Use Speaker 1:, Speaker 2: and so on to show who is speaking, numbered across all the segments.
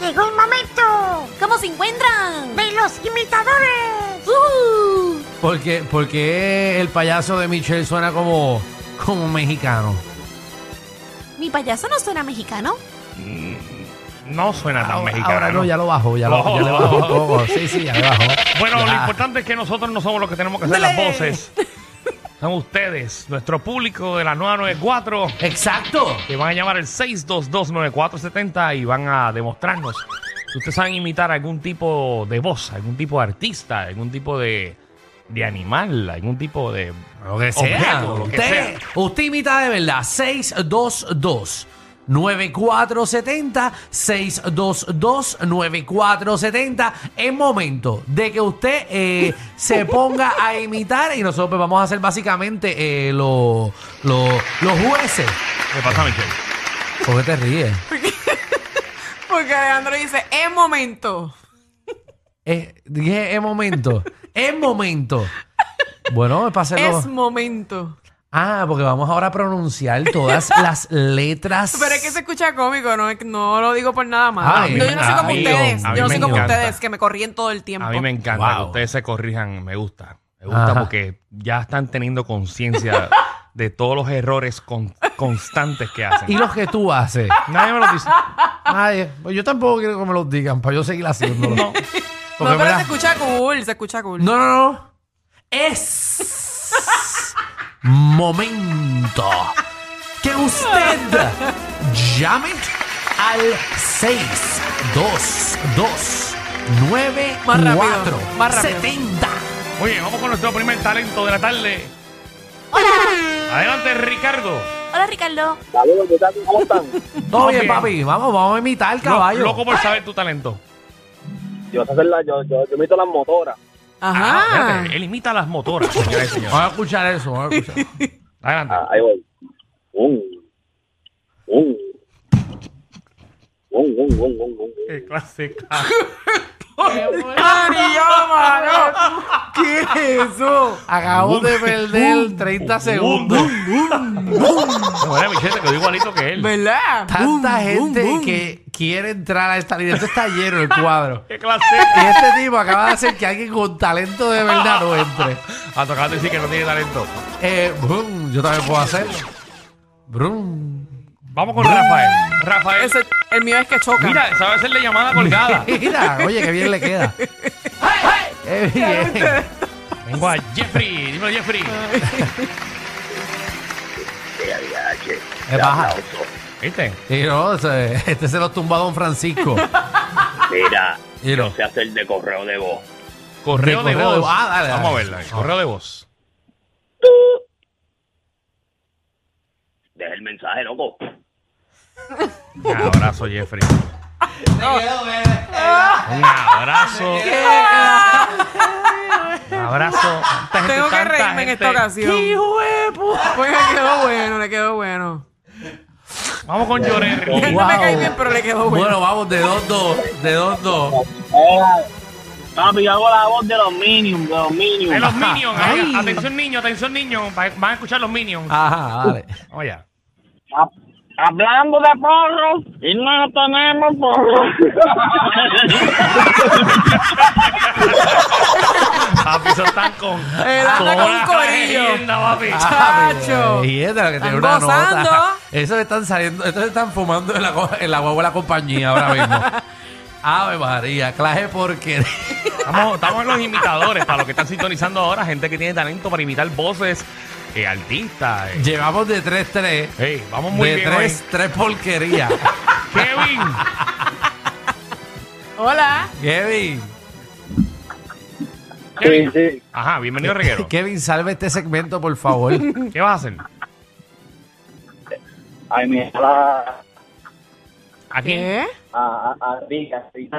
Speaker 1: Llegó el momento
Speaker 2: ¿Cómo se encuentran?
Speaker 1: de los imitadores.
Speaker 2: Uh,
Speaker 3: Porque, porque el payaso de Michelle suena como, como mexicano.
Speaker 2: mi payaso no suena mexicano.
Speaker 4: No suena tan
Speaker 3: Ahora-
Speaker 4: mexicano.
Speaker 3: Ahora no, ya lo bajo, ya lo
Speaker 4: Bajó,
Speaker 3: ya le
Speaker 4: bajó.
Speaker 3: bajo un poco. Sí, sí, ya le bajo.
Speaker 4: Bueno,
Speaker 3: Ya.
Speaker 4: lo importante es que nosotros no somos los que tenemos que hacer las
Speaker 3: Dale.
Speaker 4: voces. Son ustedes, nuestro público de la 994,
Speaker 3: Exacto.
Speaker 4: que van a llamar el 622-9470 y van a demostrarnos si ustedes saben imitar algún tipo de voz, algún tipo de artista, algún tipo de, de animal, algún tipo de...
Speaker 3: Lo que sea.
Speaker 4: Objeto, lo que
Speaker 3: usted, usted imita de verdad. 622. 9470 622 9470 Es momento de que usted eh, se ponga a imitar y nosotros pues, vamos a ser básicamente eh, lo- lo- los jueces.
Speaker 4: ¿Qué pasa, Michelle?
Speaker 3: ¿Por qué te ríes?
Speaker 5: Porque Alejandro dice, es momento.
Speaker 3: Eh, dije, es momento. es momento. Bueno, es para hacerlo.
Speaker 5: Es momento.
Speaker 3: Ah, porque vamos ahora a pronunciar todas las letras.
Speaker 5: Pero es que se escucha cómico, no, no lo digo por nada más.
Speaker 3: Ay,
Speaker 5: yo, yo no soy
Speaker 3: a
Speaker 5: como
Speaker 3: mí-
Speaker 5: ustedes,
Speaker 3: a mí
Speaker 5: yo no
Speaker 3: me
Speaker 5: soy como
Speaker 4: encanta.
Speaker 5: ustedes, que me corrían todo el tiempo.
Speaker 4: A mí me encanta que
Speaker 3: Wow.
Speaker 4: ustedes se corrijan, me gusta. Me gusta
Speaker 3: Ajá.
Speaker 4: porque ya están teniendo conciencia de todos los errores con- constantes que hacen.
Speaker 3: Y los que tú haces.
Speaker 4: Nadie me lo dice.
Speaker 3: Ay, pues yo tampoco quiero que me los digan para yo seguir haciéndolo. No,
Speaker 5: No, pero se escucha cool, se escucha cool.
Speaker 3: no, no, no. Es momento que usted llame al 622
Speaker 5: Más
Speaker 3: 94
Speaker 5: rápido, más rápido.
Speaker 3: 70
Speaker 4: Oye, vamos con nuestro primer talento de la tarde. Adelante, Ricardo.
Speaker 2: Hola Ricardo.
Speaker 6: Saludos, ¿qué tal? ¿Cómo están?
Speaker 3: Todo bien,
Speaker 4: Ok.
Speaker 3: papi. Vamos, vamos a imitar el
Speaker 4: Lo-
Speaker 3: caballo.
Speaker 4: Loco por saber tu talento.
Speaker 6: Yo, sé hacer la- yo, yo, yo imito las motoras.
Speaker 3: Ah.
Speaker 5: Ajá.
Speaker 4: ah, Espérate, él imita las motoras, señoras y señores.
Speaker 3: Vamos a escuchar eso, vamos a escuchar.
Speaker 4: Adelante.
Speaker 6: Ah, ahí voy. Un, un, un, un, un, un, un.
Speaker 4: Qué clásica.
Speaker 5: ¡Ay, ya, mano! ¿Qué es eso?
Speaker 3: Acabo de perder 30 segundos.
Speaker 4: Bueno, Michelle, te quedó igualito que él.
Speaker 5: ¿Verdad?
Speaker 3: Tanta
Speaker 5: Boom, boom,
Speaker 3: gente
Speaker 5: boom.
Speaker 3: que quiere entrar a esta línea. Esto está lleno el cuadro.
Speaker 4: Qué clásica.
Speaker 3: Y este tipo acaba de hacer que alguien con talento de verdad no entre.
Speaker 4: A tocar de Ah, decir que no tiene talento.
Speaker 3: Eh, brum, yo también puedo hacerlo. Brum.
Speaker 4: Vamos con Rafael. Rafael.
Speaker 5: Ese- el mío es que choca.
Speaker 4: Mira, sabe hacerle llamada colgada.
Speaker 3: Mira, oye, qué bien le queda. Qué bien.
Speaker 4: Vengo a Jeffrey. Dímelo, Jeffrey.
Speaker 3: Es baja.
Speaker 4: ¿Viste?
Speaker 3: Y no, se- este se lo tumbó a Don Francisco.
Speaker 6: Mira,
Speaker 3: Y no.
Speaker 6: sé hacer de correo de voz.
Speaker 4: Correo de,
Speaker 3: correo
Speaker 4: voz.
Speaker 3: de voz. Ah, dale, dale.
Speaker 4: Vamos a verla. Correo de voz.
Speaker 6: Deja el mensaje, loco.
Speaker 4: Un abrazo, Jeffrey. Un abrazo. Un abrazo. Tanta gente,
Speaker 5: Tengo que
Speaker 4: tanta
Speaker 5: reírme en
Speaker 4: gente.
Speaker 5: esta ocasión. Pues le quedó bueno, le quedó bueno.
Speaker 4: Vamos con Llorer.
Speaker 5: Él no me cae bien, pero le quedó bueno.
Speaker 3: Bueno, vamos, de 2-2. De 2-2.
Speaker 6: Papi, yo hago la voz de los Minions, de los
Speaker 4: En
Speaker 6: Minions.
Speaker 4: los Minions. ahí.
Speaker 3: Ay. Ah.
Speaker 4: Atención, niños. Atención, niños. Va- Van a escuchar los Minions.
Speaker 3: Ajá, dale.
Speaker 4: Vamos allá.
Speaker 6: Hablando de porros, y no tenemos porros.
Speaker 4: Papi, eso están con.
Speaker 5: Él anda con un corillo.
Speaker 4: papi.
Speaker 3: Ah,
Speaker 5: Chacho.
Speaker 3: Y es de la que tiene una
Speaker 5: Están gozando.
Speaker 3: nota. Esos están saliendo, estos están fumando en la, co- en la guagua de la compañía ahora mismo. Ave María, clase porque
Speaker 4: Estamos, estamos en los imitadores. Para los que están sintonizando ahora, gente que tiene talento para imitar voces, eh, artistas. eh.
Speaker 3: llevamos de 3-3.
Speaker 4: Ey, vamos muy
Speaker 3: de
Speaker 4: bien.
Speaker 3: tres, tres porquerías.
Speaker 4: hoy. Kevin.
Speaker 5: Hola.
Speaker 3: Kevin,
Speaker 4: Kevin. Ajá, bienvenido, Reguero.
Speaker 3: Kevin, salve este segmento, por favor.
Speaker 4: ¿Qué vas a hacer?
Speaker 6: Ay, mira, la,
Speaker 4: ¿A quién?
Speaker 5: ¿Qué?
Speaker 6: a, a, a Ricky, a Ricky,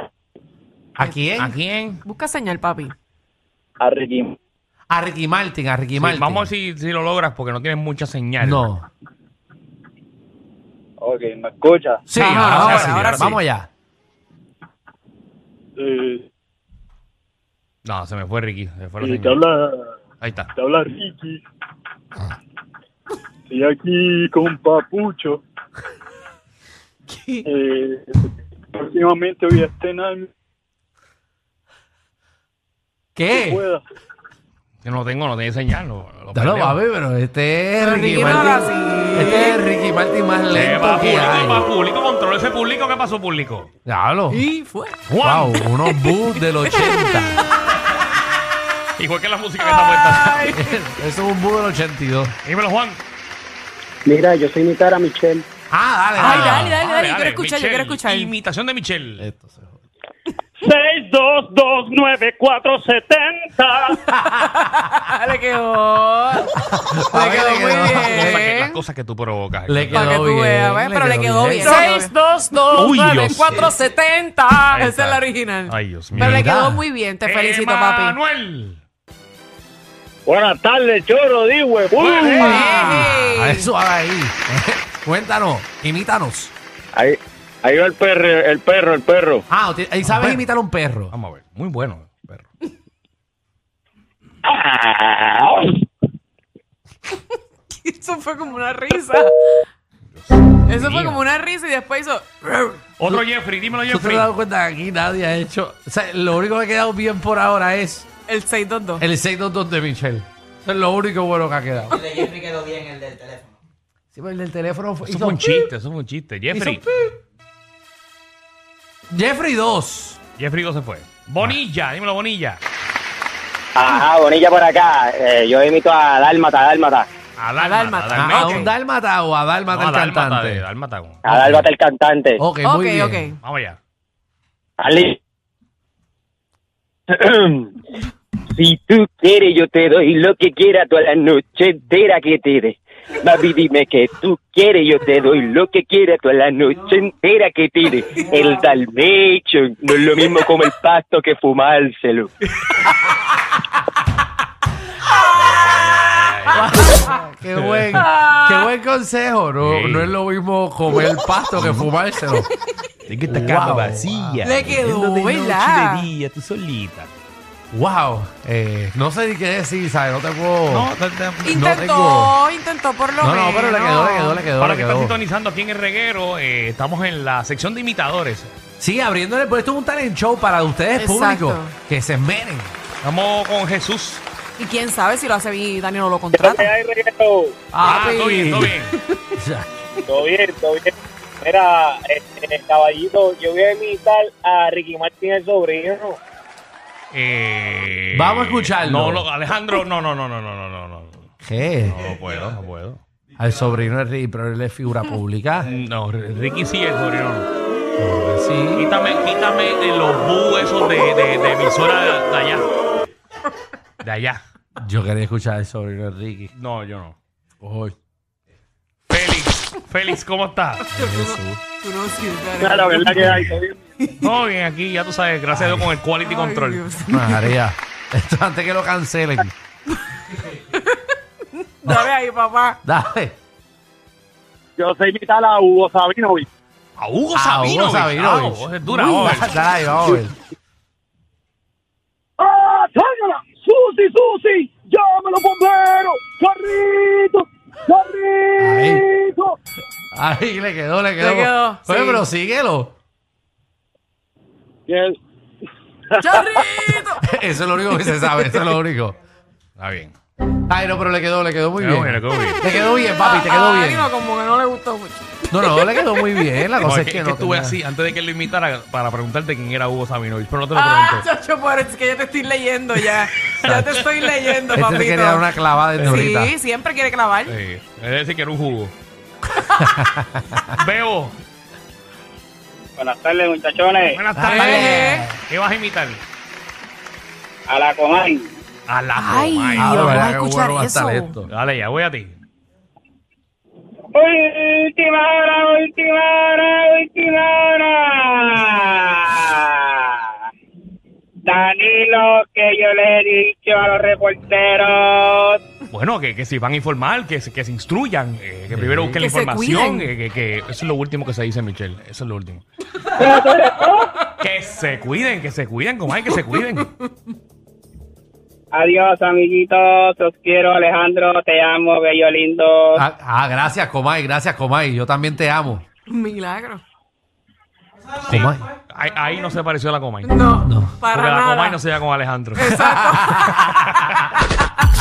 Speaker 3: ¿A quién?
Speaker 4: ¿A quién?
Speaker 5: Busca señal, papi.
Speaker 6: a Ricky.
Speaker 3: A Ricky Martin, a Ricky
Speaker 4: Sí,
Speaker 3: Martin.
Speaker 4: vamos a ver si, si lo logras porque no tienes mucha señal.
Speaker 3: No.
Speaker 6: Ok, ¿me escuchas?
Speaker 3: Sí,
Speaker 5: Ajá,
Speaker 3: ahora,
Speaker 4: ahora
Speaker 3: sí,
Speaker 4: sí, ahora sí.
Speaker 3: vamos allá.
Speaker 6: Eh,
Speaker 4: No, se me fue Ricky. se fue la
Speaker 6: eh,
Speaker 4: señal.
Speaker 6: te habla...
Speaker 4: Ahí está.
Speaker 6: Te habla Ricky. Estoy aquí con Papucho. Eh, Próximamente voy a estrenar
Speaker 3: ¿Qué?
Speaker 6: pueda.
Speaker 4: Yo no tengo, no tengo señal. Lo, lo
Speaker 3: Dalo,
Speaker 4: pendejo.
Speaker 3: papi, pero este es
Speaker 5: Pero
Speaker 3: Ricky
Speaker 5: Ricky no era
Speaker 3: Martin.
Speaker 5: así.
Speaker 3: Este es Ricky Martin más
Speaker 4: Eh,
Speaker 3: lento
Speaker 4: va,
Speaker 3: que
Speaker 4: público, va,
Speaker 3: hay.
Speaker 4: público, control ese público. ¿Qué pasó, público?
Speaker 3: Diablo.
Speaker 5: Y fue.
Speaker 3: Wow,
Speaker 4: ¡Juan!
Speaker 3: unos bus del 80.
Speaker 4: Igual que la música que está
Speaker 3: Ah.
Speaker 4: puesta.
Speaker 3: Eso es un bus del 82.
Speaker 4: Dímelo, Juan.
Speaker 7: Mira, yo soy imitar a Michelle.
Speaker 3: Ah, dale,
Speaker 5: Ay,
Speaker 3: dale.
Speaker 5: dale, dale, dale. Yo quiero escuchar, yo quiero escuchar.
Speaker 4: Imitación de Michelle.
Speaker 3: Esto se jode.
Speaker 6: 6229470.
Speaker 5: Ah, le quedó.
Speaker 3: A
Speaker 5: le
Speaker 3: ver,
Speaker 5: quedó
Speaker 3: le
Speaker 5: muy
Speaker 4: Las
Speaker 3: quedó.
Speaker 4: cosas que- las
Speaker 5: bien.
Speaker 4: cosas que tú provocas.
Speaker 3: Le quedó
Speaker 5: Para que tú
Speaker 3: bien.
Speaker 5: veas, ¿ves? pero le quedó bien.
Speaker 3: Seis,
Speaker 5: 622
Speaker 4: Ahí
Speaker 5: 9470 Esa es
Speaker 4: está.
Speaker 5: la original.
Speaker 4: Ay, Dios mío.
Speaker 5: Pero le
Speaker 3: ¿Verdad?
Speaker 5: quedó muy bien, te felicito, papi.
Speaker 4: Eh, Manuel.
Speaker 6: Buenas tardes, choro, di huevón.
Speaker 3: Ah,
Speaker 5: Ey.
Speaker 3: eso ahora ahí. Cuéntanos, imítanos.
Speaker 6: Ahí, ahí va el perro, el perro, el perro.
Speaker 3: Ah, ti- ahí sabes
Speaker 4: Bueno.
Speaker 3: imitar a un perro.
Speaker 4: Vamos a ver. Muy bueno, perro.
Speaker 5: Eso fue como una risa. Eso fue
Speaker 4: mío.
Speaker 5: como una risa y después hizo.
Speaker 4: Otro Jeffrey, dímelo,
Speaker 3: ¿Tú te has
Speaker 4: Jeffrey.
Speaker 3: dado cuenta que aquí nadie ha hecho? O sea, lo único que ha quedado bien por ahora es
Speaker 5: El 622.
Speaker 3: el 622 de Michelle. Eso es lo único bueno que ha quedado.
Speaker 8: El de Jeffrey quedó bien, el del teléfono.
Speaker 3: Sí, pero el del teléfono fue.
Speaker 4: Eso
Speaker 3: hizo
Speaker 4: fue un
Speaker 3: pip,
Speaker 4: chiste, eso fue un chiste.
Speaker 3: hizo
Speaker 4: Jeffrey.
Speaker 3: pip. Jeffrey 2.
Speaker 4: Jeffrey no se fue.
Speaker 3: Ah.
Speaker 4: Bonilla, dímelo, Bonilla.
Speaker 7: Ajá, Bonilla por acá. Eh, yo imito a Dálmata, Dálmata.
Speaker 4: A
Speaker 5: Dálmata.
Speaker 4: Dálmata.
Speaker 3: A un dálmata o a dálmata
Speaker 4: No,
Speaker 3: el
Speaker 4: a Dálmata de-
Speaker 3: cantante.
Speaker 4: Dálmata.
Speaker 7: A Dálmata el cantante.
Speaker 3: Ok,
Speaker 5: Ok,
Speaker 3: muy bien.
Speaker 5: ok.
Speaker 4: Vamos allá.
Speaker 7: Ali. si tú quieres, yo te doy lo que quiera toda la noche entera que te dé. Baby, dime que tú quieres, yo te doy lo que quiera toda la noche entera que te dé. El dalmation no es lo mismo como el pasto que fumárselo.
Speaker 3: Qué buen, qué buen consejo. No,
Speaker 4: Sí.
Speaker 3: no es lo mismo comer pasto que fumárselo.
Speaker 4: Es que
Speaker 3: esta cama vacía,
Speaker 5: Le quedó, viendo de noche y ¿verdad? de
Speaker 4: día, tú solita.
Speaker 3: Wow. Eh, no sé ni qué decir, ¿sabes? No te puedo.
Speaker 4: No, te- te-
Speaker 5: Intentó, intentó por lo
Speaker 3: No,
Speaker 5: menos.
Speaker 3: no, pero le quedó, le quedó, le quedó.
Speaker 4: Para
Speaker 3: le
Speaker 4: que estás
Speaker 3: quedó.
Speaker 4: sintonizando aquí en el reguero, eh, estamos en la sección de imitadores.
Speaker 3: Sigue abriéndole, pues esto es un talent show para ustedes,
Speaker 5: Exacto.
Speaker 3: público, que se esmeren.
Speaker 4: Estamos con Jesús.
Speaker 5: Y quién sabe si lo hace bien y Daniel no lo
Speaker 6: ¿Qué tal te
Speaker 5: contrata.
Speaker 6: hay, reguero?
Speaker 4: Ah,
Speaker 3: Papi.
Speaker 4: todo bien, todo bien.
Speaker 6: Todo bien, todo bien. Mira, este, caballito, yo voy a imitar a Ricky Martin, el sobrino.
Speaker 4: Eh,
Speaker 3: Vamos a escucharlo.
Speaker 4: No, lo- Alejandro, no, no, no, no, no, no, no, no.
Speaker 3: ¿Qué?
Speaker 4: No puedo, no puedo.
Speaker 3: Al sobrino de Ricky, pero él es figura pública.
Speaker 4: No, Ricky sí es sobrino.
Speaker 3: Sí.
Speaker 4: Quítame, quítame de los bú esos de, de, de emisora de, de allá. De allá.
Speaker 3: Yo quería escuchar al sobrino de Ricky.
Speaker 4: No, yo no.
Speaker 3: Uy.
Speaker 4: Félix, Félix, ¿cómo estás?
Speaker 5: Tú no sirves, Daniel.
Speaker 6: Mira, Ah, la verdad que hay, todo bien.
Speaker 4: Todo bien aquí, ya tú sabes, gracias a Dios con el quality
Speaker 5: Ay,
Speaker 4: control.
Speaker 5: Dios.
Speaker 3: María. Esto antes que lo cancelen.
Speaker 5: Dale ahí, papá.
Speaker 3: Dale.
Speaker 6: Yo sé imitar a Hugo Sabino. güey.
Speaker 4: A Hugo
Speaker 3: Ah,
Speaker 4: Sabino.
Speaker 3: Hugo Sabinovich.
Speaker 4: Ah, es dura,
Speaker 3: Uy,
Speaker 4: vamos a ver.
Speaker 3: Dale, vamos a ver.
Speaker 6: ¡Ah, chángala! ¡Susi, Susi! ¡Llámalo, bombero! ¡Carrito! ¡Carrito!
Speaker 3: Ahí le quedó, le quedó.
Speaker 5: Le quedó,
Speaker 3: Oye,
Speaker 5: sí.
Speaker 3: pero síguelo.
Speaker 6: Que-
Speaker 5: ¡Charrito!
Speaker 3: Eso es lo único que se sabe, eso es lo único.
Speaker 4: Está bien.
Speaker 3: Ay, no, pero le quedó, le quedó muy
Speaker 4: Quedó
Speaker 3: bien.
Speaker 4: bien, le quedó bien.
Speaker 3: Le quedó bien, papi, te quedó
Speaker 5: A
Speaker 3: bien.
Speaker 5: Danilo Ah, como que no le gustó mucho.
Speaker 3: No, no, le quedó muy bien. La
Speaker 4: No,
Speaker 3: cosa
Speaker 4: es que,
Speaker 3: es que,
Speaker 4: es que
Speaker 3: no.
Speaker 4: estuve
Speaker 3: tenía- este
Speaker 4: así antes de que lo imitara para preguntarte quién era Hugo Sabinovich, pero no te lo
Speaker 5: Ah,
Speaker 4: pregunté.
Speaker 5: chacho, pero es que ya te estoy leyendo ya. Ya te estoy leyendo,
Speaker 3: Este te quería dar una
Speaker 5: papito.
Speaker 3: clavada Ah, desde ahorita.
Speaker 5: Sí, siempre quiere clavar.
Speaker 4: Sí, es decir, que era un jugo. Bebo,
Speaker 6: Buenas tardes, muchachones.
Speaker 4: buenas tardes.
Speaker 5: Eh.
Speaker 4: ¿Qué vas a imitar?
Speaker 6: A la Comay.
Speaker 4: A la
Speaker 5: Ay,
Speaker 4: Comay.
Speaker 3: Ah, verdad
Speaker 5: Dios, vamos a
Speaker 3: que
Speaker 5: escuchar
Speaker 3: bueno va a estar
Speaker 5: eso.
Speaker 3: esto.
Speaker 4: Dale, ya voy a ti.
Speaker 6: Última hora, última hora, última hora. Danilo, que yo le he dicho a los reporteros.
Speaker 4: Bueno, que, que si van a informar, que, se- que se instruyan, eh, que primero busquen la
Speaker 5: Que se
Speaker 4: información,
Speaker 5: cuiden.
Speaker 4: eh, que, que eso es lo último que se dice, Michelle. Eso es lo último. que se cuiden, que se cuiden, Comay, que se cuiden.
Speaker 6: Adiós, amiguitos. Os quiero, Alejandro. Te amo, bello lindo.
Speaker 3: Ah, ah, gracias, Comay, gracias, Comay. Yo también te amo.
Speaker 5: Un milagro.
Speaker 4: Sí.
Speaker 3: Comay.
Speaker 4: Ahí, ahí no se pareció a la Comay.
Speaker 5: No,
Speaker 3: No.
Speaker 5: para
Speaker 4: Porque la
Speaker 5: nada.
Speaker 4: Comay no se lleva con Alejandro.